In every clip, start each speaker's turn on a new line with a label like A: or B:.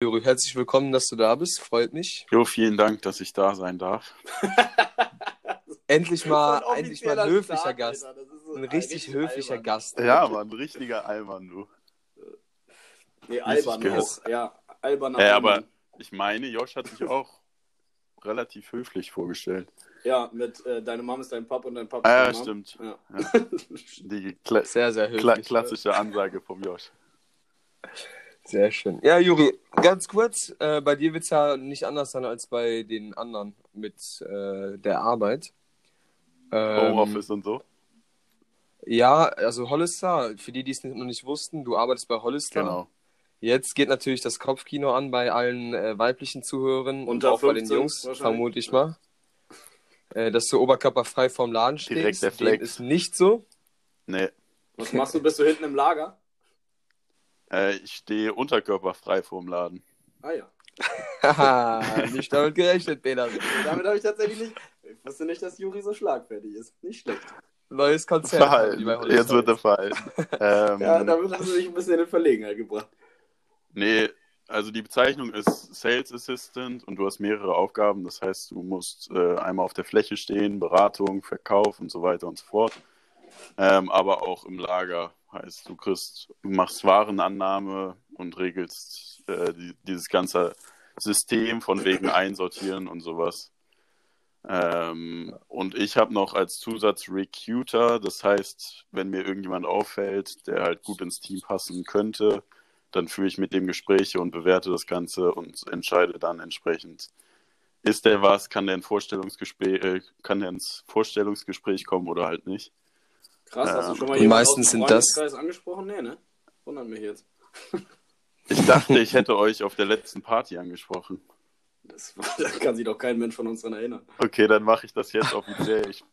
A: Flori. Herzlich willkommen, dass du da bist. Freut mich.
B: Jo, vielen Dank, dass ich da sein darf.
A: Endlich mal,
C: Ein
A: endlich mal ein
C: offizieller
A: höflicher
C: Start,
A: Gast.
C: Alter. Also, Das ist so
A: Ein richtig höflicher
C: albern.
A: Gast.
B: Ja, aber ein richtiger Alman, du.
C: Nee,
B: Richtig
C: albern
B: gehört.
C: auch. Ja, albern.
B: Ja, aber ich meine, Josh hat sich auch relativ höflich vorgestellt.
C: Ja, mit äh, deine Mom ist dein Papa und dein Papa
B: Ah, ja,
C: ist dein
B: stimmt.
C: Mom.
B: Die Kla
A: Sehr, sehr
B: Kla
A: höflich.
B: klassische Ansage vom Josh.
A: Sehr schön. Ja, Juri, ganz kurz, äh, bei dir wird es ja nicht anders sein als bei den anderen mit äh, der Arbeit. Ähm,
B: Homeoffice und so.
A: Ja, also Hollister, für die, die es nicht- noch nicht wussten, du arbeitest bei Hollister.
B: Genau.
A: Jetzt geht natürlich das Kopfkino an bei allen äh, weiblichen Zuhörern und
C: Unter
A: auch bei den
C: 15
A: Jungs,
C: wahrscheinlich.
A: vermute ich mal. Äh, dass du oberkörperfrei vorm Laden stehst.
B: Direkt der
A: Dem
B: Flex.
A: ist nicht so.
B: Nee,
C: Was machst du? Bist du hinten im Lager?
B: äh, ich stehe unterkörperfrei vorm Laden.
C: Ah ja.
A: Haha, nicht damit gerechnet, Peter.
C: Damit habe ich tatsächlich nicht. Ich wusste nicht, dass Juri so schlagfertig ist. Nicht schlecht.
A: Neues Konzept.
B: Verhalten.
A: wie bei Hollister
B: Jetzt wird er verhalten. Ähm,
C: Ja, damit hast du dich ein bisschen in Verlegenheit gebracht.
B: Nee, also die Bezeichnung ist Sales Assistant und du hast mehrere Aufgaben. Das heißt, du musst äh, einmal auf der Fläche stehen, Beratung, Verkauf und so weiter und so fort. Ähm, aber auch im Lager heißt, du kriegst, du machst Warenannahme und regelst äh, die, dieses ganze System von wegen einsortieren und sowas. Ähm, und ich habe noch als Zusatz Recruiter, das heißt, wenn mir irgendjemand auffällt, der halt gut ins Team passen könnte, dann führe ich mit dem Gespräche und bewerte das Ganze und entscheide dann entsprechend, ist der was, kann der, in Vorstellungsgespräch, äh, kann der ins Vorstellungsgespräch kommen oder halt nicht.
C: Krass, hast du
B: Ähm,
C: schon mal
A: und
C: jemanden
A: meistens
C: aus dem
A: sind das-
C: Freundeskreis angesprochen? Nee, ne? Wundert mich jetzt.
B: Ich dachte, ich hätte euch auf der letzten Party angesprochen.
C: Das, da kann sich doch kein Mensch von uns dran erinnern.
B: Okay, dann mache ich das jetzt offiziell. Ich,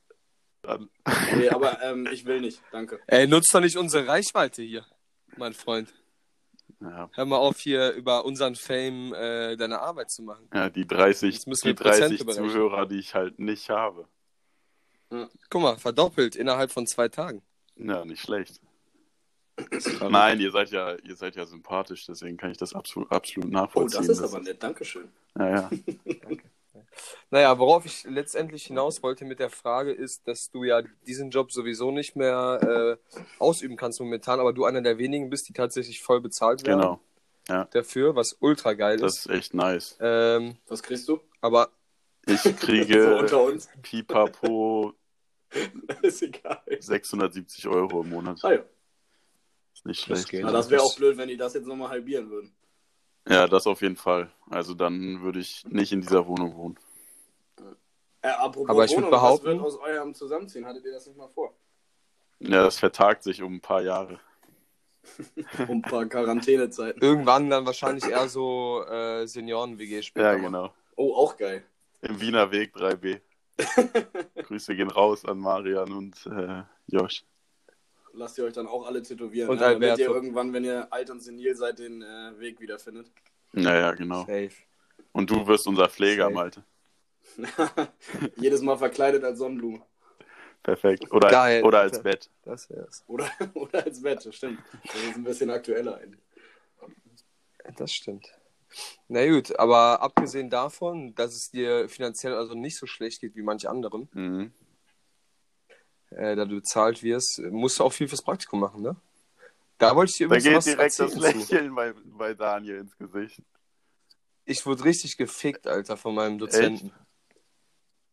B: dann,
C: Nee, aber ähm, ich will nicht. Danke.
A: Ey, nutzt doch nicht unsere Reichweite hier, mein Freund.
B: ja,
A: Hör mal auf, hier über unseren Fame äh, deine Arbeit zu machen.
B: ja, die 30,
A: Jetzt müssen
B: die
A: wir Prozente
B: 30
A: berechnen.
B: Zuhörer, die ich halt nicht habe.
A: Guck mal, verdoppelt innerhalb von zwei Tagen.
B: Na, nicht schlecht. Nein, ihr seid ja, ihr seid ja sympathisch, deswegen kann ich das absolut, absolut
C: Oh,
B: nachvollziehen.
C: das ist aber nett. Dankeschön.
B: Ja, ja.
A: Naja, worauf ich letztendlich hinaus wollte mit der Frage ist, dass du ja diesen Job sowieso nicht mehr äh, ausüben kannst momentan, aber du einer der wenigen bist, die tatsächlich voll bezahlt werden
B: Genau.
A: dafür, was ultra geil
B: Das
A: ist.
B: ist echt nice.
A: Ähm,
C: Was kriegst du?
A: aber
B: Ich
C: So
B: kriege
C: unter uns.
B: Pipapo
C: ist egal.
B: 670 Euro im Monat.
C: Ah, ja.
B: Ist nicht
A: Das
B: schlecht.
A: geht.
C: Na, das wäre auch blöd, wenn die das jetzt nochmal halbieren würden.
B: ja, das auf jeden Fall. Also dann würde ich nicht in dieser Wohnung wohnen.
C: Äh, apropos
A: Aber ich würd
C: Wohnung,
A: behaupten-
C: was wird aus eurem Zusammenziehen? Hattet ihr das nicht mal vor?
B: Ja, das vertagt sich um ein paar Jahre.
C: Um ein paar Quarantänezeiten.
A: irgendwann dann wahrscheinlich eher so äh, Senioren-WG später.
B: Ja,
A: mal.
B: genau.
C: Oh, auch geil.
B: Im Wiener Weg 3B. Grüße gehen raus an Marian und äh, Josh.
C: Lasst ihr euch dann auch alle tätowieren,
A: Und
C: ne? damit
A: Alberto.
C: ihr irgendwann, wenn ihr alt und senil seid, den äh, Weg wiederfindet.
B: Naja, genau.
A: Safe.
B: Und du wirst unser Pfleger,
A: Safe.
B: Malte.
C: Jedes Mal verkleidet als Sonnenblume.
B: Perfekt. Oder,
A: Geil.
B: oder als Bett.
A: Das wär's.
C: Oder, oder als Wette, stimmt. Das ist ein bisschen aktueller. eigentlich.
A: Das stimmt. Na gut, aber abgesehen davon, dass es dir finanziell also nicht so schlecht geht wie manch anderen,
B: Mhm.
A: äh, da du bezahlt wirst, musst du auch viel fürs Praktikum machen, ne? Da wollte ich dir
B: Da
A: übrigens
B: geht
A: was
B: direkt das
A: erzählen zu.
B: Lächeln bei, bei Daniel ins Gesicht.
A: Ich wurde richtig gefickt, Alter, von meinem Dozenten.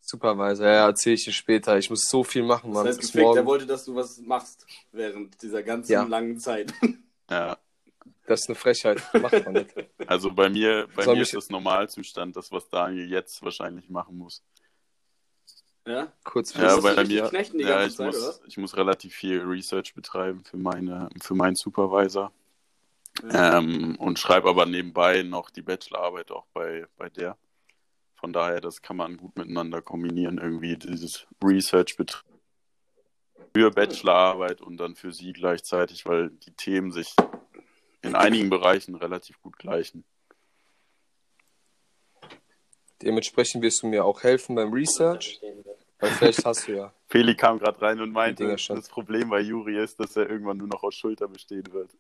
A: Supervisor, ja, erzähle ich dir später. Ich muss so viel machen,
C: Das
A: Mann.
C: heißt,
A: Bis
C: gefickt, der
A: morgen.
C: wollte, dass du was machst während dieser ganzen
A: Ja.
C: langen Zeit.
B: Ja.
A: Das ist eine Frechheit. Macht man nicht.
B: Also bei mir, bei
A: Soll
B: mir
A: mich-
B: ist das Normalzustand, das, was Daniel jetzt wahrscheinlich machen muss.
C: Ja?
A: Kurz
B: Ja,
C: musst
B: bei,
C: dich
B: bei
C: richtig
B: mir,
C: knechten die
B: ja,
C: ganze
B: ich,
C: Zeit,
B: muss,
C: oder?
B: ich muss relativ viel Research betreiben für, meine, für meinen Supervisor
C: Ja.
B: ähm, und schreibe aber nebenbei noch die Bachelorarbeit auch bei, bei der. Von daher, das kann man gut miteinander kombinieren, irgendwie dieses Research bet- für Bachelorarbeit und dann für sie gleichzeitig, weil die Themen sich in einigen Bereichen relativ gut gleichen.
A: Dementsprechend wirst du mir auch helfen beim Research, weil vielleicht hast du ja.
B: Feli kam gerade rein und
A: Die
B: meinte,
A: Dinger schon.
B: das Problem bei Juri ist, dass er irgendwann nur noch aus Schulter bestehen wird.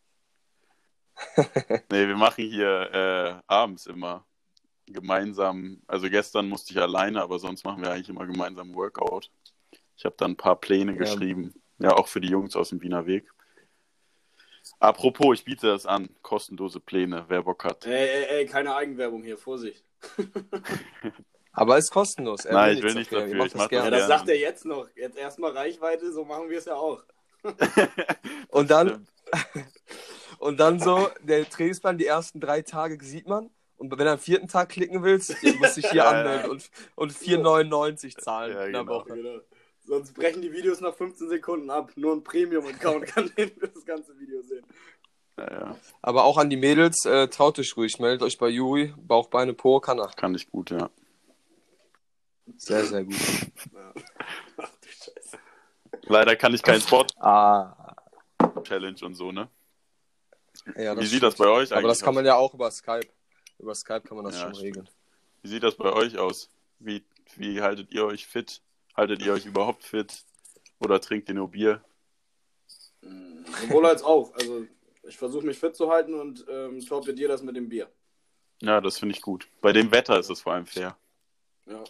B: nee, wir machen hier äh, abends immer gemeinsam. Also gestern musste ich alleine, aber sonst machen wir eigentlich immer gemeinsam Workout. Ich habe da ein paar Pläne geschrieben. Ja. ja, auch für die Jungs aus dem Wiener Weg. Apropos, ich biete das an. Kostenlose Pläne, wer Bock hat.
C: Ey, ey, ey, keine Eigenwerbung hier, Vorsicht.
A: Aber ist kostenlos. Er
B: Nein, ich will nicht dafür, ich
A: Ich
B: mach
A: mach das
B: das
C: Ja,
A: gerne.
C: das
B: Ja.
C: sagt er jetzt noch. Jetzt erstmal Reichweite, so machen wir es ja auch.
A: Und dann, und dann so, der Trainingsplan, die ersten drei Tage sieht man. Und wenn du am vierten Tag klicken willst, musst du dich hier
B: Ja,
A: anmelden
B: ja.
A: und, und 4,99 zahlen
B: Ja,
A: in der
B: genau.
A: Woche.
C: Genau. Sonst brechen die Videos nach 15 Sekunden ab. Nur ein Premium-Account kann den- das ganze Video sehen.
B: Ja, ja,
A: Aber auch an die Mädels, äh, traut euch ruhig, meldet euch bei Juri, Bauch, Beine, Po, kann er.
B: kann ich gut, ja.
A: Sehr, sehr gut.
C: Ja. Ach du Scheiße.
B: Leider kann ich keinen
A: Ah,
B: Sport-Challenge und so, ne?
A: ja,
B: Wie sieht das bei euch eigentlich
A: Aber das kann
B: aus?
A: man ja auch über Skype. Über Skype kann man das
B: Ja,
A: schon
B: stimmt.
A: regeln.
B: Wie sieht das bei euch aus? Wie, wie haltet ihr euch fit? Haltet ihr euch überhaupt fit? Oder trinkt ihr nur Bier?
C: Mm, Sowohl als auch. Also, ich versuche mich fit zu halten und ähm, torpediere das mit dem Bier.
B: Ja, das finde ich gut. Bei dem Wetter ist das vor allem fair.
C: Ja.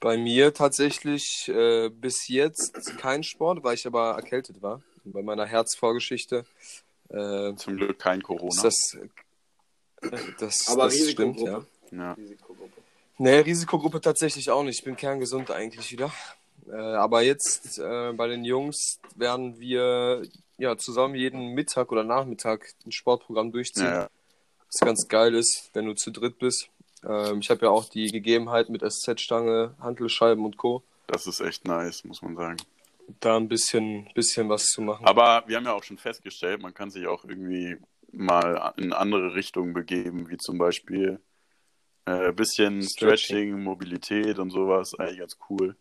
A: Bei mir tatsächlich äh, bis jetzt kein Sport, weil ich aber erkältet war. Bei meiner Herzvorgeschichte äh,
B: Zum Glück kein Corona.
A: ist das. Das,
C: Aber
A: das stimmt,
C: Risikogruppe.
A: ja.
B: Ja.
C: Risikogruppe.
A: Nee, Risikogruppe tatsächlich auch nicht. Ich bin kerngesund eigentlich wieder. Äh, aber jetzt äh, bei den Jungs werden wir ja zusammen jeden Mittag oder Nachmittag ein Sportprogramm durchziehen.
B: Ja, ja.
A: was ganz geil ist, wenn du zu dritt bist. Ähm, ich habe ja auch die Gegebenheit mit SZ-Stange, Hantelscheiben und Co.
B: das ist echt nice, muss man sagen.
A: da ein bisschen, bisschen was zu machen.
B: Aber wir haben ja auch schon festgestellt, man kann sich auch irgendwie mal in andere Richtungen begeben, wie zum Beispiel äh, ein bisschen Stretching.
A: Stretching.
B: Mobilität und sowas, eigentlich ganz cool.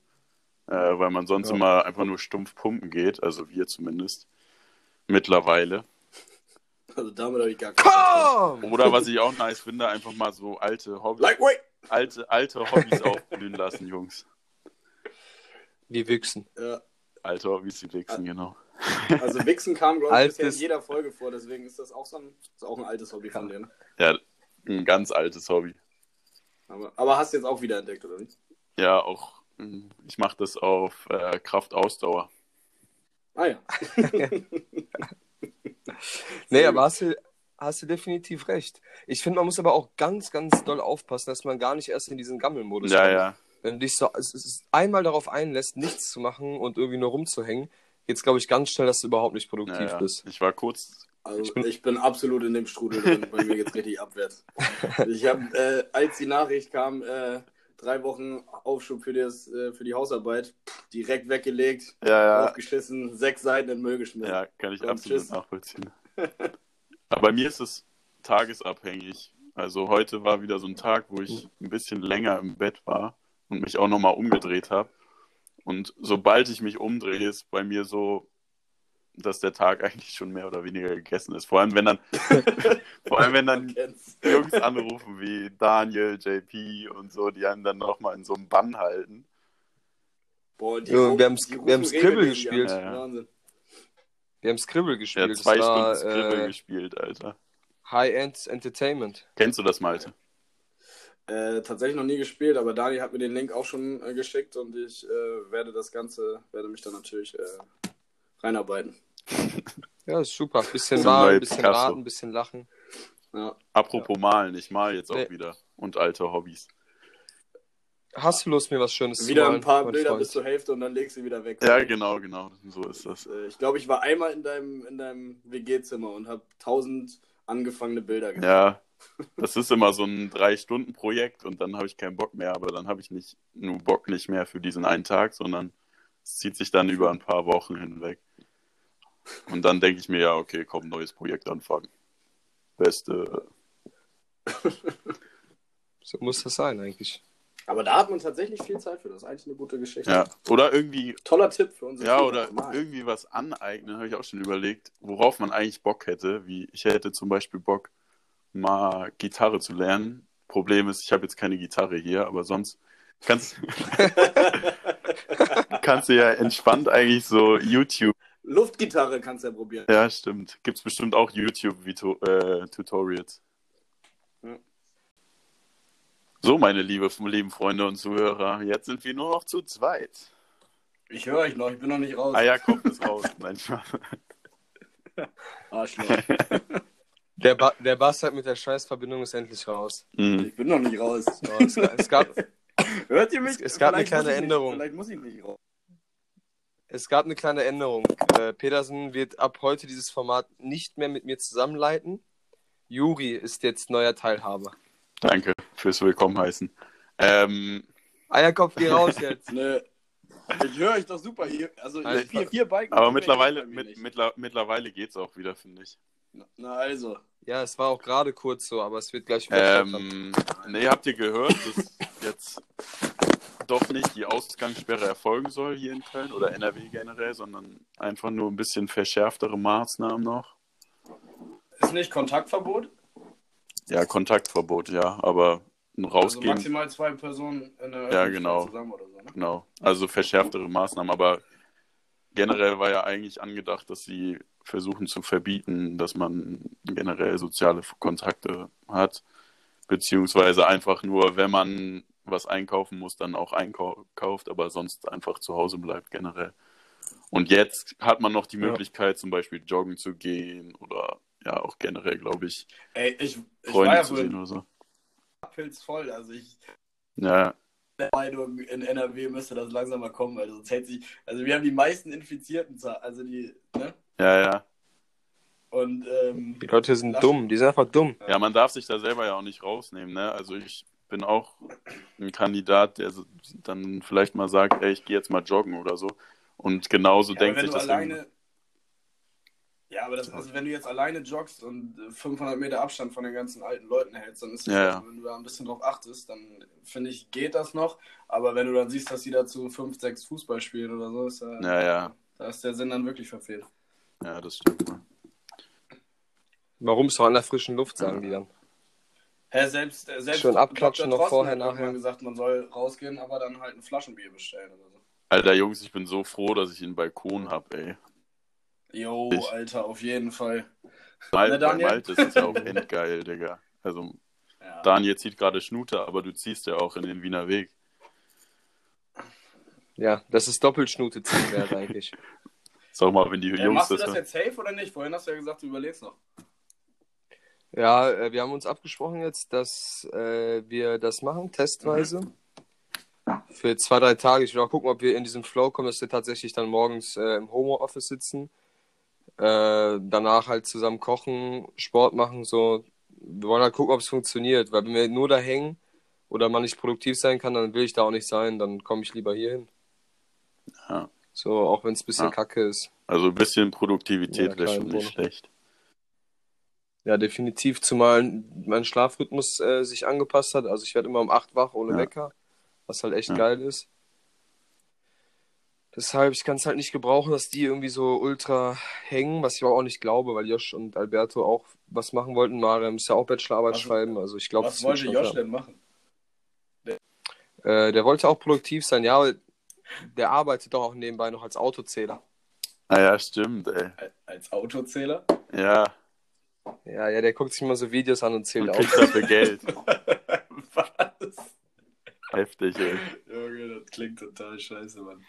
B: Äh, weil man sonst
A: Ja.
B: immer einfach nur stumpf pumpen geht, also wir zumindest. Mittlerweile.
C: Also, damit habe ich gar keine.
A: Komm!
B: Oder was ich auch nice finde, einfach mal so alte Hobbys,
C: Lightweight!
B: alte, alte Hobbys aufblühen lassen, Jungs.
A: Wir wichsen.
C: Ja.
B: Alte Hobbys, die wechseln, genau.
C: Also Wichsen kam, glaube ich, bisher in
A: Altes-
C: jeder Folge vor, deswegen ist das auch so ein, ist auch ein altes Hobby von denen.
B: Ja, ein ganz altes Hobby.
C: Aber, aber hast du jetzt auch wieder entdeckt, oder wie?
B: Ja, auch, mh, ich mache das auf äh, Kraft-Ausdauer.
C: Ah ja.
A: Nee, aber hast du, hast du definitiv recht. Ich finde, man muss aber auch ganz, ganz doll aufpassen, dass man gar nicht erst in diesen Gammelmodus
B: Ja,
A: kommt.
B: ja.
A: Wenn du dich so es ist einmal darauf einlässt, nichts zu machen und irgendwie nur rumzuhängen, geht's, glaube ich, ganz schnell, dass du überhaupt nicht produktiv
B: Ja, ja.
A: bist.
B: Ich war kurz.
C: Also ich
A: Ich
C: bin,
A: bin-
C: absolut in dem Strudel drin, bei mir geht's richtig abwärts. Ich habe, äh, als die Nachricht kam, äh, drei Wochen Aufschub für, das, äh, für die Hausarbeit, direkt weggelegt,
B: Ja,
C: aufgeschissen, sechs Seiten in den Müll geschmissen.
B: ja kann ich
C: Und
B: absolut
C: tschüss.
B: nachvollziehen. Aber bei mir ist es tagesabhängig. Also heute war wieder so ein Tag, wo ich ein bisschen länger im Bett war und mich auch nochmal umgedreht habe. Und sobald ich mich umdrehe, ist bei mir so, dass der Tag eigentlich schon mehr oder weniger gegessen ist. Vor allem, wenn dann, vor allem, wenn dann
C: Kennst.
B: Jungs anrufen wie Daniel, JP und so, die einen dann nochmal in so einem Bann halten.
C: Boah, die
A: Ja,
C: ru-
A: wir haben Sk-
C: die
A: wir
C: rufen
A: haben Scribble
C: regelmäßig
A: gespielt.
C: an.
B: Ja, ja.
C: Wahnsinn.
A: Wir haben Scribble
B: Ja,
A: gespielt. Das
B: zwei
A: war,
B: Stunden Skribbel
A: äh,
B: gespielt, Alter.
A: High-End Entertainment.
B: Kennst du das, Malte?
C: Äh, tatsächlich noch nie gespielt, aber Dani hat mir den Link auch schon äh, geschickt und ich äh, werde das Ganze, werde mich dann natürlich äh, reinarbeiten.
A: Ja, ist super. Bisschen
B: So ein neuer
A: malen, bisschen
B: Picasso.
A: raten, bisschen lachen.
C: Ja.
B: Apropos malen, ich mal jetzt auch
A: Nee.
B: wieder. Und alte Hobbys.
A: Hast du Lust, mir was Schönes
C: Wieder
A: zu malen,
C: ein paar
A: mein
C: Bilder
A: Freund?
C: bis zur Hälfte und dann legst du sie wieder weg.
B: Ja, genau, genau. So ist das.
C: Äh, Ich glaube, ich war einmal in deinem, in deinem WG-Zimmer und habe tausend angefangene Bilder gemacht.
B: Ja, das ist immer so ein Drei-Stunden-Projekt und dann habe ich keinen Bock mehr, aber dann habe ich nicht nur Bock nicht mehr für diesen einen Tag, sondern es zieht sich dann über ein paar Wochen hinweg. Und dann denke ich mir, ja, okay, komm, neues Projekt anfangen. Beste.
A: So muss das sein eigentlich.
C: Aber da hat man tatsächlich viel Zeit für. Das ist eigentlich eine gute Geschichte.
B: Ja. Oder irgendwie,
C: Toller Tipp für unsere
B: ja,
C: Zuhörer.
B: oder
C: Mal.
B: irgendwie was aneignen, habe ich auch schon überlegt, worauf man eigentlich Bock hätte. Wie ich hätte zum Beispiel Bock, mal Gitarre zu lernen. Problem ist, ich habe jetzt keine Gitarre hier, aber sonst kannst, kannst du ja entspannt eigentlich so YouTube
C: Luftgitarre kannst du ja probieren.
B: Ja, stimmt. Gibt es bestimmt auch äh, YouTube-Tutorials.
C: Ja.
B: So, meine liebe, lieben Freunde und Zuhörer, jetzt sind wir nur noch zu zweit.
C: Ich höre euch noch, ich bin noch nicht raus.
B: Ah ja, kommt es raus. Nein, Spaß.
C: Arschloch.
A: Der, ba der Bastard mit der Scheißverbindung ist endlich raus.
B: Mhm.
C: Ich bin noch nicht raus.
A: So, es, ga- es, gab,
C: Hört ihr mich?
A: Es- es gab eine kleine
C: Vielleicht muss ich nicht-
A: Änderung.
C: Vielleicht muss ich nicht raus.
A: es gab eine kleine Änderung. Äh, Petersen wird ab heute dieses Format nicht mehr mit mir zusammenleiten. Juri ist jetzt neuer Teilhaber.
B: Danke fürs Willkommen heißen. Ähm,
A: Eierkopf, Ah geh raus jetzt.
C: Nö. Ne, Ich höre euch doch super. Ihr, also
A: Nein,
C: vier, vier Balken.
B: aber
C: sind
B: mittlerweile,
C: bei mir
B: mit,
C: nicht.
B: mittler, mittlerweile geht es auch wieder, finde ich.
C: Na also.
A: Ja, es war auch gerade kurz so, aber es wird gleich wieder. schneller.
B: Ähm, nee, habt ihr gehört, dass jetzt doch nicht die Ausgangssperre erfolgen soll hier in Köln oder NRW generell, sondern einfach nur ein bisschen verschärftere Maßnahmen noch?
C: Ist nicht Kontaktverbot?
B: Ja, Kontaktverbot, ja, aber ein
C: Also
B: rausgehen.
C: maximal zwei Personen in der
B: Ja,
C: Öffentlichkeit
B: genau.
C: zusammen oder so. Ne?
B: Genau, also verschärftere Maßnahmen, aber generell war ja eigentlich angedacht, dass sie versuchen zu verbieten, dass man generell soziale Kontakte hat, beziehungsweise einfach nur, wenn man was einkaufen muss, dann auch einkauft, aber sonst einfach zu Hause bleibt generell. Und jetzt hat man noch die
A: Ja.
B: Möglichkeit, zum Beispiel joggen zu gehen oder ja auch generell, glaube ich,
C: Ey, ich, ich war
B: Freunde
C: ja
B: zu sehen
C: wohl
B: oder so.
C: pilzvoll. Also ich
B: Ja,
C: der Meinung, in NRW müsste das langsam mal kommen, weil sonst hält sich. Also wir haben die meisten Infizierten, za- also die, ne?
B: ja, ja.
C: Und ähm,
A: die Leute sind
C: Lass-
A: dumm, die sind einfach dumm.
B: Ja, man darf sich da selber ja auch nicht rausnehmen. Ne? Also ich bin auch ein Kandidat, der so- dann vielleicht mal sagt, ey, ich gehe jetzt mal joggen oder so. Und genauso
C: ja, aber
B: denkt
C: wenn
B: sich
C: du
B: das.
C: alleine. Ja, aber das, also wenn du jetzt alleine joggst und äh, 500 Meter Abstand von den ganzen alten Leuten hältst, dann ist das,
B: Ja, ja.
C: wenn du da ein bisschen drauf achtest, dann finde ich, geht das noch. Aber wenn du dann siehst, dass die dazu 5, 6 Fußball spielen oder so, ist ja,
B: ja, ja,
C: da ist der Sinn dann wirklich verfehlt.
B: ja, das stimmt. ne.
A: Warum so an der frischen Luft, sagen die dann.
C: Hä, selbst, äh, selbst
A: Schön abklatschen
C: Dr.
A: noch
C: Drosten
A: vorher,
C: hat irgendwann
A: nachher.
C: gesagt, man soll rausgehen, aber dann halt ein Flaschenbier bestellen oder so.
B: Alter Jungs, ich bin so froh, dass ich einen Balkon habe, ey.
C: Jo,
B: Ich-
C: Alter, auf jeden Fall.
B: Mal, bei
C: Daniel?
B: Malte ist es ja auch endgeil, Digga. Also
C: Ja.
B: Daniel zieht gerade Schnute, aber du ziehst ja auch in den Wiener Weg.
A: Ja, das ist Doppelschnute ziehen wert eigentlich.
B: Sag mal, wenn die
C: Äh,
B: Jungs
C: machst du
B: das.
C: das jetzt safe oder nicht? Vorhin hast du ja gesagt, du überlegst noch.
A: Ja, äh, wir haben uns abgesprochen jetzt, dass äh, wir das machen, testweise.
B: Mhm.
A: Für zwei, drei Tage. Ich will auch gucken, ob wir in diesem Flow kommen, dass wir tatsächlich dann morgens äh, im Homeoffice sitzen. Äh, danach halt zusammen kochen, Sport machen, so. Wir wollen halt gucken, ob es funktioniert, weil wenn wir nur da hängen oder man nicht produktiv sein kann, dann will ich da auch nicht sein, dann komme ich lieber hier hin.
B: Ja.
A: So, auch wenn es ein bisschen
B: Ja.
A: kacke ist.
B: also ein bisschen Produktivität
A: Ja,
B: wäre
A: klar,
B: schon
A: Bruno.
B: nicht schlecht.
A: Ja, definitiv, zumal mein Schlafrhythmus äh, sich angepasst hat. Also ich werde immer um 8 wach ohne
B: Ja.
A: Wecker, was halt echt
B: Ja.
A: geil ist. Deshalb, ich kann es halt nicht gebrauchen, dass die irgendwie so ultra hängen, was ich aber auch nicht glaube, weil Josh und Alberto auch was machen wollten. Mariam ist ja auch Bachelorarbeit
C: Was-
A: schreiben, also ich glaube,
C: Was wollte Josh denn machen?
A: Äh, der wollte auch produktiv sein, ja, aber der arbeitet doch auch nebenbei noch als Autozähler.
B: Ah ja, stimmt, ey.
C: Als- Als Autozähler?
B: Ja,
A: Ja, ja, der guckt sich immer so Videos an und zählt
B: und
A: auf.
B: kriegst dafür Geld.
C: Was?
B: Heftig, ey.
C: Junge, das klingt total scheiße, Mann.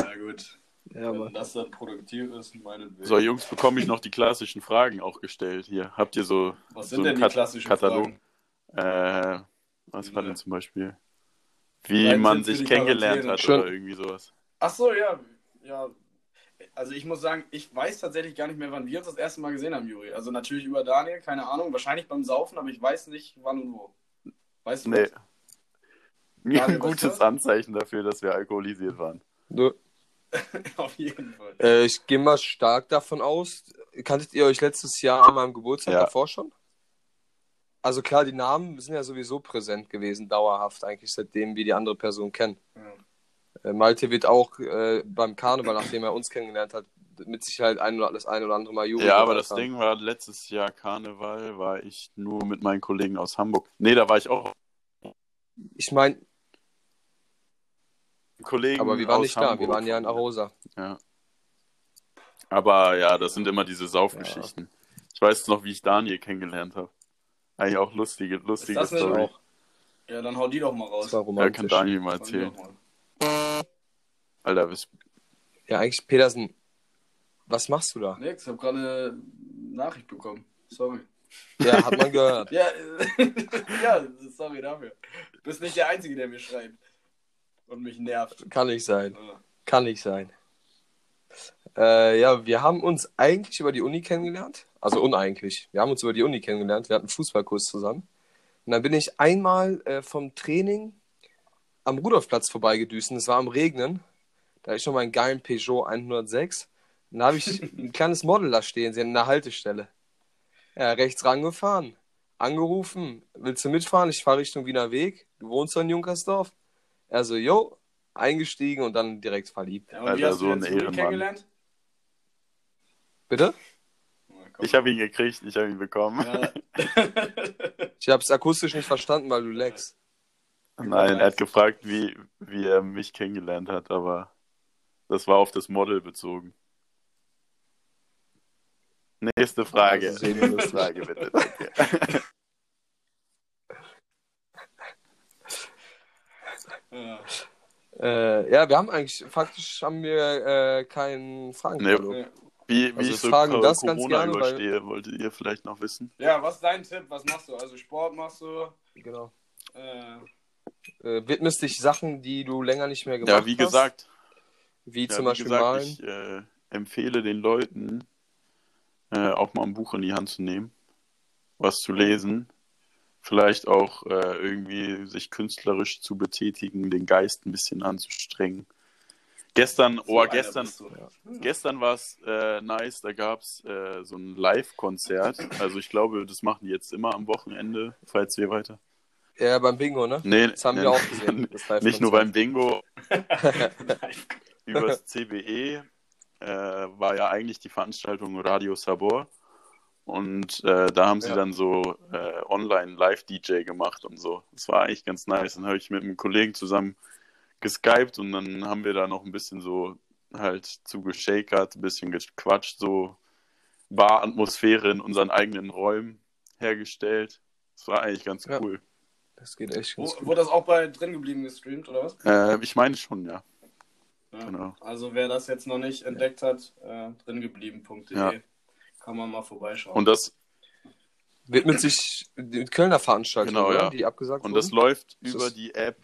C: Na gut.
A: Ja, Mann.
C: Wenn das dann produktiv ist, meinetwegen.
B: So, Jungs, bekomme ich noch die klassischen Fragen auch gestellt hier. Habt ihr so,
C: Was
B: so
C: sind denn die
B: Kat-
C: klassischen Fragen?
B: Äh, was war
C: Nee.
B: denn zum Beispiel? Wie
C: Nein,
B: man
C: sind für
B: sich
C: die
B: kennengelernt
C: Quarantäne.
B: hat
A: Schon.
B: oder irgendwie sowas.
C: Ach so, ja. Ja. Also ich muss sagen, ich weiß tatsächlich gar nicht mehr, wann wir uns das erste Mal gesehen haben, Juri. Also natürlich über Daniel, keine Ahnung. Wahrscheinlich beim Saufen, aber ich weiß nicht, wann und wo. Weißt du
B: Nee.
C: was?
B: Mir ein
C: Daniel, was
B: gutes
C: war's?
B: Anzeichen dafür, dass wir alkoholisiert waren.
A: Du,
C: Auf jeden Fall.
A: Äh, ich gehe mal stark davon aus. Kanntet ihr euch letztes Jahr an meinem Geburtstag
B: Ja.
A: davor schon? Also klar, die Namen sind ja sowieso präsent gewesen, dauerhaft eigentlich, seitdem wir die andere Person kennen.
C: Ja.
A: Äh, Malte wird auch äh, beim Karneval, nachdem er uns kennengelernt hat, mit Sicherheit ein oder, das ein oder andere Mal Jugend.
B: Ja, aber das Ding war, letztes Jahr Karneval war ich nur mit meinen Kollegen aus Hamburg. Nee, da war ich auch
A: Ich meine,
B: mit Kollegen
A: aber wir waren
B: aus
A: nicht da,
B: Hamburg.
A: wir waren ja in Arosa.
B: Ja. Aber ja, das sind immer diese Saufgeschichten. Ich weiß noch, wie ich Daniel kennengelernt habe. Eigentlich auch lustige, lustige
C: das nicht
B: Story.
A: auch?
C: Ja, dann hau die doch mal raus.
A: Das war
B: Ja, kann
A: romantisch.
B: Daniel mal
C: Hau die doch
B: erzählen.
C: mal.
B: Alter, bist
A: Ja, eigentlich, Petersen, was machst du da?
C: Nix, ich hab gerade eine Nachricht bekommen. Sorry.
A: Ja, hat man gehört.
C: Ja, ja, sorry dafür. Du bist nicht der Einzige, der mir schreibt. Und mich nervt.
A: Kann nicht sein.
C: Ja.
A: Kann nicht sein. Äh, ja, wir haben uns eigentlich über die Uni kennengelernt. Also uneigentlich. Wir haben uns über die Uni kennengelernt. Wir hatten einen Fußballkurs zusammen. Und dann bin ich einmal äh, vom Training am Rudolfplatz vorbeigedüst. und Es war am Regnen. Da hatte ich noch meinen geilen Peugeot 106. Und da habe ich ein kleines Model da stehen sehen, in der Haltestelle. Ja, rechts rangefahren. Angerufen. Willst du mitfahren? Ich fahre Richtung Wiener Weg. Du wohnst doch in Junkersdorf. Er so, jo, eingestiegen und dann direkt verliebt.
C: Ja,
B: Alter, so
C: ihn
B: ein
C: jetzt wirklich
B: Ehrenmann.
C: kennengelernt?
A: Bitte?
C: Na, komm.
B: Ich habe ihn gekriegt, ich habe ihn bekommen.
C: Ja.
A: Ich hab's akustisch nicht verstanden, weil du leckst.
B: Nein, er hat gefragt, wie, wie er mich kennengelernt hat, aber das war auf das Model bezogen. Nächste Frage.
A: Das ist eben lustig.
B: Nächste Frage, bitte. Danke.
C: ja.
A: Äh, ja, wir haben eigentlich, faktisch haben wir äh, keinen Fragenkatalog.
C: Nee.
B: Wie, wie
A: Also
B: ich so
A: fragen
B: Co-
A: das ganz
B: Corona
A: gerne, weil-
B: überstehe, wolltet ihr vielleicht noch wissen?
C: ja, was ist dein Tipp? Was machst du? Also Sport machst du?
A: Genau.
C: Äh,
A: Äh, widmest dich Sachen, die du länger nicht mehr gemacht hast?
B: Ja, wie gesagt,
A: Wie
B: ja,
A: zum
B: wie
A: Beispiel
B: gesagt
A: malen.
B: ich äh, empfehle den Leuten, äh, auch mal ein Buch in die Hand zu nehmen, was zu lesen, vielleicht auch äh, irgendwie sich künstlerisch zu betätigen, den Geist ein bisschen anzustrengen. Gestern,
C: so
B: oh,
C: einer
B: gestern,
C: bist du.
B: Gestern war es äh, nice, da gab es äh, so ein Live-Konzert. Also ich glaube, das machen die jetzt immer am Wochenende, falls wir weiter.
A: Ja, beim Bingo, ne?
B: Nee,
A: Das haben
B: nee,
A: wir auch gesehen. Das Live-Konzert.
B: Nicht nur beim Bingo,
C: Nein.
B: über das CBE äh, war ja eigentlich die Veranstaltung Radio Sabor. Und äh, da haben sie
A: Ja.
B: dann so äh, online Live-DJ gemacht und so. Das war eigentlich ganz nice. Dann habe ich mit einem Kollegen zusammen geskypt und dann haben wir da noch ein bisschen so halt zugeschakert, ein bisschen gequatscht, so Baratmosphäre in unseren eigenen Räumen hergestellt. Das war eigentlich ganz
A: Ja.
B: cool.
A: Das geht echt
C: Wo,
A: ganz gut.
C: wurde das auch bei drin geblieben gestreamt, oder was?
B: Äh, ich meine schon, ja.
C: Ja.
B: Genau.
C: Also wer das jetzt noch nicht entdeckt hat, äh, dringeblieben.de
B: Ja.
C: E. kann man mal vorbeischauen.
B: Und das,
A: Widmet sich den Kölner Veranstaltung,
B: Genau,
A: oder?
B: ja.
A: die abgesagt
B: Und
A: wurden?
B: das läuft
A: Ist
B: über
A: das-
B: die App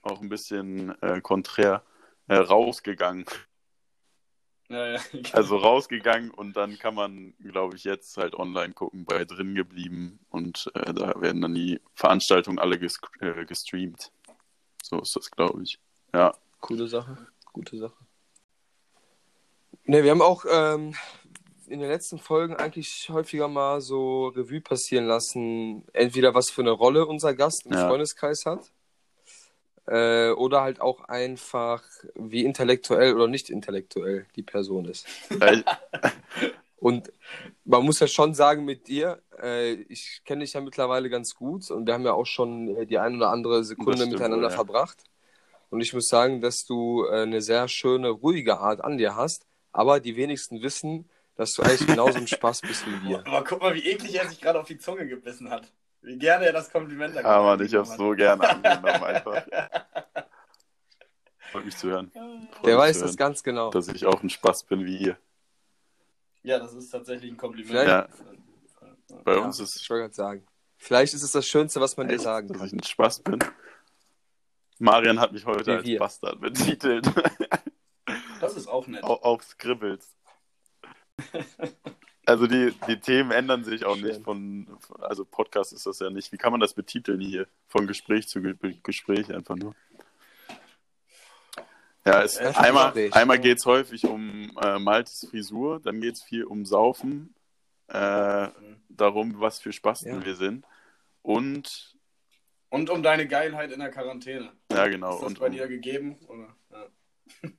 B: auch ein bisschen äh, konträr äh, rausgegangen.
C: ja, ja.
B: Also rausgegangen und dann kann man, glaube ich, jetzt halt online gucken, bei drin geblieben und äh, da werden dann die Veranstaltungen alle ges äh, gestreamt. So ist das, glaube ich. Ja,
A: Coole Sache. Gute Sache. Ne, wir haben auch ähm, in den letzten Folgen eigentlich häufiger mal so Revue passieren lassen. Entweder was für eine Rolle unser Gast im
B: Ja.
A: Freundeskreis hat. Äh, oder halt auch einfach, wie intellektuell oder nicht intellektuell die Person ist.
B: Äh,
A: Und man muss ja schon sagen, mit dir, äh, ich kenne dich ja mittlerweile ganz gut und wir haben ja auch schon äh, die ein oder andere Sekunde
B: Das stimmt
A: miteinander
B: wohl, ja.
A: verbracht. Und ich muss sagen, dass du äh, eine sehr schöne, ruhige Art an dir hast, aber die wenigsten wissen, dass du eigentlich genauso ein Spaß bist wie wir.
C: Aber guck mal, wie eklig er sich gerade auf die Zunge gebissen hat. Wie gerne er das Kompliment
B: ja Mann, ich
C: angenommen
B: habe so gerne angenommen einfach. Freut mich zu hören. Freut
A: Der
B: mich
A: weiß
B: zu
A: das
B: hören,
A: ganz genau.
B: dass ich auch ein Spaß bin wie ihr.
C: Ja, das ist tatsächlich ein Kompliment.
B: Ja.
C: Ja.
B: Bei
A: Ja,
B: uns ist
A: ich wollte gerade sagen. Vielleicht ist es das Schönste, was man dir
B: Echt,
A: sagen
B: dass
A: kann.
B: ich ein Spaß bin. Marian hat mich heute
A: Wie
B: als
A: wir.
B: Bastard betitelt.
C: Das ist auch nett.
B: Au- Auf Scribbles. Also die, die Themen ändern sich auch
A: Schön.
B: nicht von, also Podcast ist das ja nicht. Wie kann man das betiteln hier? Von Gespräch zu Ge Gespräch einfach nur. Ja, es,
C: Äh,
B: einmal,
A: Gespräch.
B: einmal geht es häufig um äh, Maltes Frisur, dann geht es viel um Saufen, äh, darum, was für Spasten
A: Ja.
B: wir sind. Und,
C: Und um deine Geilheit in der Quarantäne.
B: ja genau,
C: Ist das
B: und
C: bei
B: um
C: dir gegeben? Oder? Ja.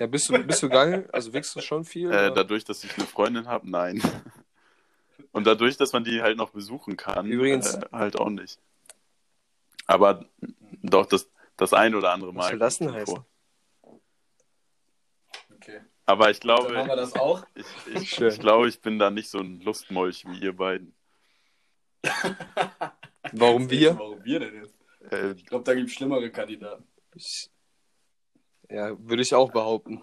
A: Ja, bist du, bist du geil? Also wickst du schon viel?
B: Äh,
A: oder?
B: dadurch, dass ich eine Freundin habe, nein. Und dadurch, dass man die halt noch besuchen kann,
A: Übrigens-
B: äh, halt auch nicht. Aber doch, das, das ein oder andere Mal.
A: soll das denn
B: kommt schon
A: heißen?
B: vor.
C: Okay.
B: Aber ich
C: Dann machen wir
B: glaube,
C: das auch.
B: ich, ich,
A: Schön.
B: ich glaube, ich bin da nicht so ein Lustmolch wie ihr beiden.
A: Warum wir?
C: Warum wir denn jetzt?
B: Äh,
C: Ich glaube, da gibt es schlimmere Kandidaten.
A: Ich, ja, würde ich auch behaupten.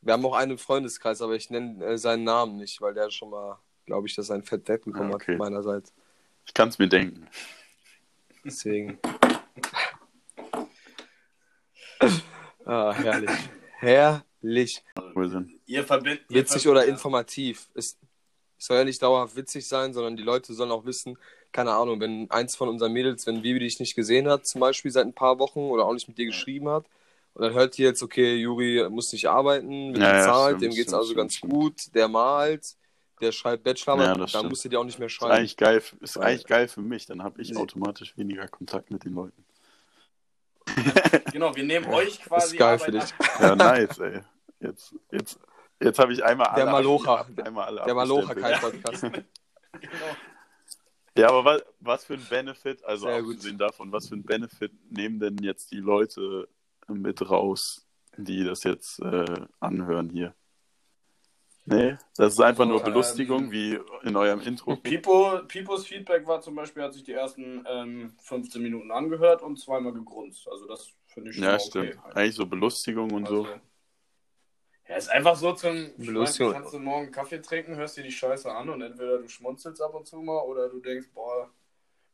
A: Wir haben auch einen im Freundeskreis, aber ich nenne äh, seinen Namen nicht, weil der schon mal, glaube ich, dass sein Fett bekommen
B: Ah, okay.
A: hat meinerseits.
B: ich kann es mir denken.
A: Deswegen. ah, herrlich. Herrlich.
B: Unsinn.
C: Ihr verbindet. ihr
A: Witzig
C: verbi-
A: oder
C: ja.
A: informativ. Es es soll ja nicht dauerhaft witzig sein, sondern die Leute sollen auch wissen, keine Ahnung, wenn eins von unseren Mädels, wenn Vivi dich nicht gesehen hat, zum Beispiel seit ein paar Wochen oder auch nicht mit dir geschrieben hat, und dann hört ihr jetzt, okay, Juri muss nicht arbeiten, wird
B: Ja, ja,
A: bezahlt,
B: stimmt,
A: dem geht's
B: stimmt,
A: also
B: stimmt,
A: ganz
B: stimmt.
A: gut, der malt, der schreibt
B: Ja,
A: Bachelorarbeit,
B: das
A: dann
B: stimmt.
A: musst du dir auch nicht mehr
B: Ist
A: schreiben.
B: eigentlich geil, f- ist
A: Weil-
B: eigentlich geil für mich, dann habe ich
A: Nee.
B: automatisch weniger Kontakt mit den Leuten.
C: Genau, wir nehmen euch quasi.
A: ist geil
C: Arbeit
A: für dich.
C: ab.
B: Ja, nice, ey. Jetzt, jetzt, jetzt habe ich einmal alle.
A: Der Malocha.
B: ab- Einmal alle
A: Der Malocha
B: abgestempelt.
A: Kai Podcast.
C: Genau.
B: Ja, aber was, was für ein Benefit, also
A: Sehr
B: abgesehen davon, was für ein Benefit nehmen denn jetzt die Leute mit raus, die das jetzt äh, anhören hier? Nee, das ist einfach
C: Also,
B: nur Belustigung,
C: ähm,
B: wie in eurem Intro.
C: Pipo, Pipos Feedback war zum Beispiel, hat sich die ersten ähm, 15 Minuten angehört und zweimal gegrunzt. Also das finde ich schon
B: Ja,
C: mal okay. halt.
B: stimmt. Eigentlich so Belustigung und so.
C: Also- Ja, ist einfach so zum
A: Bloß
C: Schmeißen,
A: so.
C: kannst du morgen Kaffee trinken, hörst dir die Scheiße an und entweder du schmunzelst ab und zu mal oder du denkst, boah,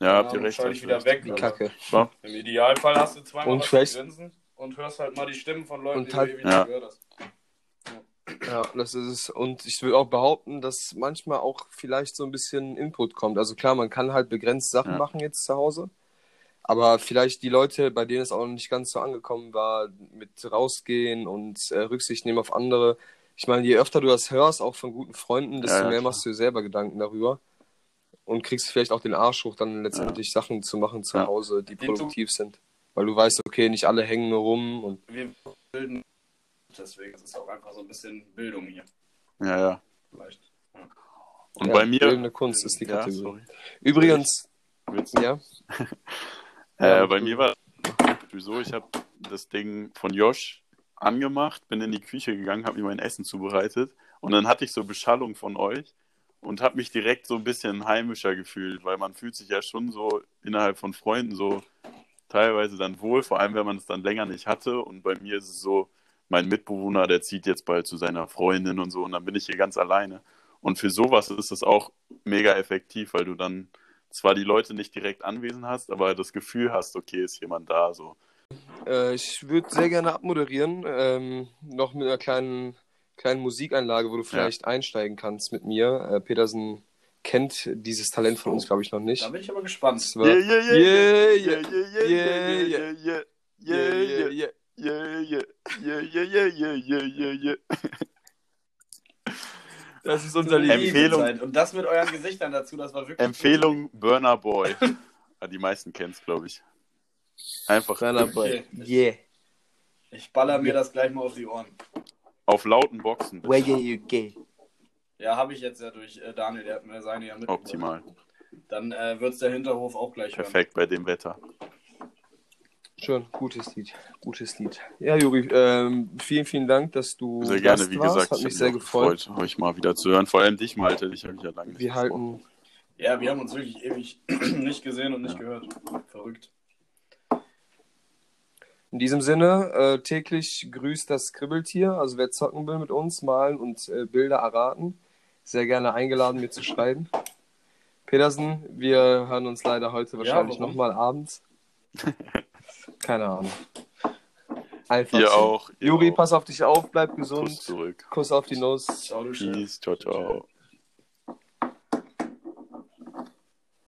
B: Ja, habt
C: keine
B: ihr
C: Ahnung,
B: recht.
C: schalte
B: habt
C: ich
B: ihr
C: wieder
B: recht.
C: weg.
A: Die
C: aber
A: Kacke.
C: Im Idealfall hast du zweimal
A: Und
C: was
A: vielleicht-
C: zu grinsen und hörst halt mal die Stimmen von Leuten,
A: Und
C: die
A: halt-
C: du ewig
B: Ja.
C: nicht gehört hast.
A: Ja, das ist es. Und ich will auch behaupten, dass manchmal auch vielleicht so ein bisschen Input kommt. Also klar, man kann halt begrenzt Sachen
B: Ja.
A: machen jetzt zu Hause. Aber vielleicht die Leute, bei denen es auch noch nicht ganz so angekommen war, mit rausgehen und äh, Rücksicht nehmen auf andere. Ich meine, je öfter du das hörst, auch von guten Freunden, desto
B: Ja, ja,
A: mehr
B: klar.
A: machst du dir selber Gedanken darüber. Und kriegst vielleicht auch den Arsch hoch, dann letztendlich Sachen zu machen zu
B: Ja.
A: Hause, die
C: Den Zug-
A: produktiv sind. Weil du weißt, okay, nicht alle hängen nur rum und
C: Wir bilden, deswegen ist es auch einfach so ein bisschen Bildung hier.
B: Ja, ja.
C: Vielleicht.
B: Und
A: ja,
B: bei mir.
A: bildende Kunst ist die
B: Ja,
A: Kategorie.
B: sorry.
A: Übrigens,
B: Willst du-
A: ja.
B: Äh,
A: Ja,
B: bei
A: cool.
B: mir war sowieso, ich habe das Ding von Josh angemacht, bin in die Küche gegangen, habe mir mein Essen zubereitet und dann hatte ich so Beschallung von euch und habe mich direkt so ein bisschen heimischer gefühlt, weil man fühlt sich ja schon so innerhalb von Freunden so teilweise dann wohl, vor allem wenn man es dann länger nicht hatte und bei mir ist es so, mein Mitbewohner, der zieht jetzt bald zu seiner Freundin und so und dann bin ich hier ganz alleine und für sowas ist es auch mega effektiv, weil du dann zwar die Leute nicht direkt anwesend hast, aber das Gefühl hast, okay, ist jemand da so.
A: Äh, ich würde sehr gerne abmoderieren. Ähm, noch mit einer kleinen, kleinen Musikeinlage, wo du vielleicht einsteigen kannst mit mir. Äh, Petersen kennt dieses Talent von uns, glaube ich, noch
C: Da
A: nicht.
C: bin ich aber gespannt.
A: Das war- Yeah, yeah, yeah, yeah, yeah. Das ist unser
B: Lied.
A: Lied.
B: Empfehl- Empfehlung.
C: Zeit. Und das mit euren Gesichtern dazu, das war wirklich.
B: Empfehlung Burner Boy. Ah, Die meisten kennen es, glaube ich. Einfach
C: Okay.
A: Yeah,
C: Ich baller mir das gleich mal auf die Ohren.
B: auf lauten Boxen.
A: where you gay?
C: Ja, habe ich jetzt ja durch äh, Daniel, der hat mir seine ja mitgebracht.
B: Optimal.
C: Dann äh, wird's der Hinterhof auch gleich
B: Perfekt bei dem Wetter.
A: Schön, gutes Lied, gutes Lied. Ja, Juri, ähm, vielen, vielen Dank, dass du
B: Sehr gerne,
A: Gast
B: wie
A: warst.
B: gesagt.
A: Hat
B: ich
A: mich
B: hab
A: sehr
B: auch
A: gefreut.
B: euch mal wieder zu hören. Vor allem dich, Malte. Dich habe ich ja lange nicht
A: Wir
B: gesprochen.
A: halten
C: hören. Ja, wir haben uns wirklich ewig nicht gesehen und nicht
B: Ja.
C: gehört. Verrückt.
A: In diesem Sinne, äh, täglich grüßt das Kribbeltier. Also wer zocken will mit uns, malen und äh, Bilder erraten, sehr gerne eingeladen, mir zu schreiben. Petersen, wir hören uns leider heute wahrscheinlich
C: warum?
A: nochmal abends. Keine Ahnung. Einfach
B: Ihr
A: so.
B: auch. Ihr
A: Juri,
B: auch.
A: pass auf dich auf, bleib gesund.
B: Kuss zurück.
A: Kuss auf die Nuss.
C: Ciao, du Chef.
B: Peace. Ciao, ciao.